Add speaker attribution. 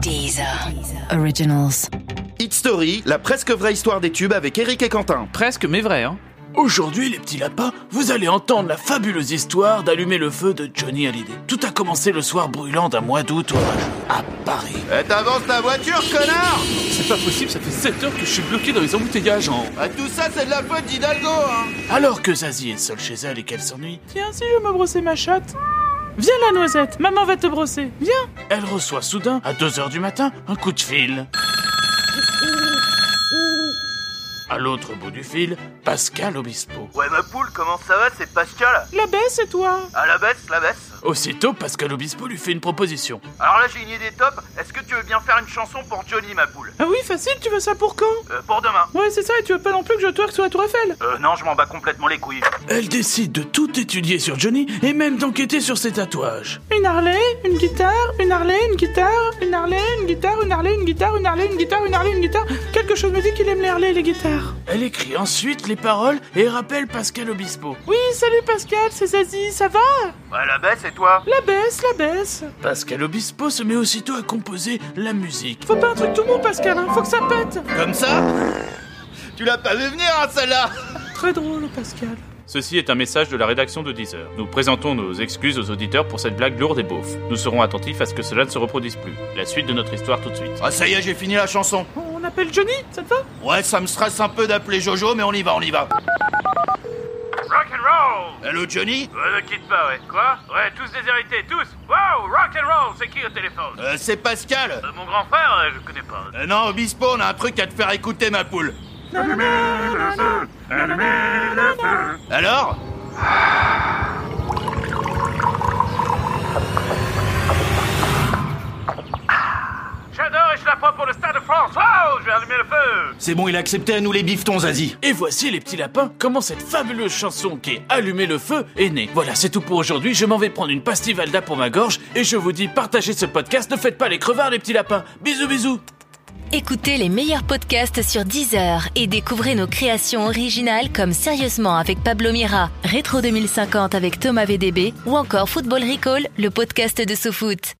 Speaker 1: Deezer. Originals.
Speaker 2: Hit Story, la presque vraie histoire des tubes avec Eric et Quentin.
Speaker 3: Presque, mais vrai, hein.
Speaker 4: Aujourd'hui, les petits lapins, vous allez entendre la fabuleuse histoire d'allumer le feu de Johnny Hallyday. Tout a commencé le soir brûlant d'un mois d'août orageux à Paris.
Speaker 2: Eh, t'avances ta voiture, connard
Speaker 5: C'est pas possible, ça fait 7 heures que je suis bloqué dans les embouteillages hein. en...
Speaker 2: Ah, Tout ça, c'est de la faute d'Hidalgo, hein
Speaker 4: Alors que Zazie est seule chez elle et qu'elle s'ennuie,
Speaker 6: Tiens, si je me brossais ma chatte. Viens la noisette, maman va te brosser. Viens.
Speaker 4: elle reçoit soudain, à 2 heures du matin, un coup de fil. À l'autre bout du fil, Pascal Obispo.
Speaker 7: Ouais ma poule, comment ça va C'est Pascal
Speaker 6: La baisse et toi
Speaker 7: À la baisse, la baisse
Speaker 4: Aussitôt, Pascal Obispo lui fait une proposition.
Speaker 7: Alors là j'ai une idée top, est-ce que tu veux bien faire une chanson pour Johnny ma poule
Speaker 6: Ah oui, facile, tu veux ça pour quand
Speaker 7: Euh, pour demain
Speaker 6: Ouais, c'est ça, et tu veux pas non plus que je twerk sur la Tour Eiffel
Speaker 7: Euh non, je m'en bats complètement les couilles.
Speaker 4: Elle décide de tout étudier sur Johnny et même d'enquêter sur ses tatouages.
Speaker 6: Une Harley, une guitare, une Harley, une guitare, une Harley, une guitare, une Harley, une guitare, une Harley, une guitare, une Harley, une guitare. Quelque chose me dit qu'il aime les Harley et les guitares.
Speaker 4: Elle écrit ensuite les paroles et rappelle Pascal Obispo.
Speaker 6: Oui, salut Pascal, c'est Zazie, ça va
Speaker 7: Ouais la baisse et toi
Speaker 6: La baisse, la baisse.
Speaker 4: Pascal Obispo se met aussitôt à composer la musique.
Speaker 6: Faut pas un truc tout mou, Pascal, hein, faut que ça pète.
Speaker 2: Comme ça Tu l'as pas vu venir, hein, celle-là
Speaker 6: Très drôle, Pascal.
Speaker 5: Ceci est un message de la rédaction de Deezer. Nous présentons nos excuses aux auditeurs pour cette blague lourde et beauf. Nous serons attentifs à ce que cela ne se reproduise plus. La suite de notre histoire tout de suite.
Speaker 2: Ah, ça y est, j'ai fini la chanson.
Speaker 6: On appelle Johnny, ça te va
Speaker 2: Ouais, ça me stresse un peu d'appeler Jojo, mais on y va, on y va.
Speaker 7: Rock'n'roll
Speaker 2: Allô, Johnny
Speaker 7: Ouais, ne quitte pas, ouais. Quoi Ouais, tous déshérités, tous Wow, rock'n'roll, c'est qui au téléphone
Speaker 2: Euh, C'est Pascal.
Speaker 7: Euh, Mon grand frère, euh, je connais pas.
Speaker 2: Euh, non, Obispo, on a un truc à te faire écouter, ma poule. Alors
Speaker 7: J'adore et je la prends pour le Stade de France Wow, je vais allumer le feu
Speaker 2: C'est bon, il a accepté à nous les biftons, Zazie.
Speaker 4: Et voici les petits lapins, comment cette fabuleuse chanson qui est Allumer le feu est née. Voilà, c'est tout pour aujourd'hui, je m'en vais prendre une pastille Valda pour ma gorge et je vous dis partagez ce podcast, ne faites pas les crevards les petits lapins. Bisous bisous
Speaker 1: Écoutez les meilleurs podcasts sur Deezer et découvrez nos créations originales comme Sérieusement avec Pablo Mira, Rétro 2050 avec Thomas VDB ou encore Football Recall, le podcast de sous-foot.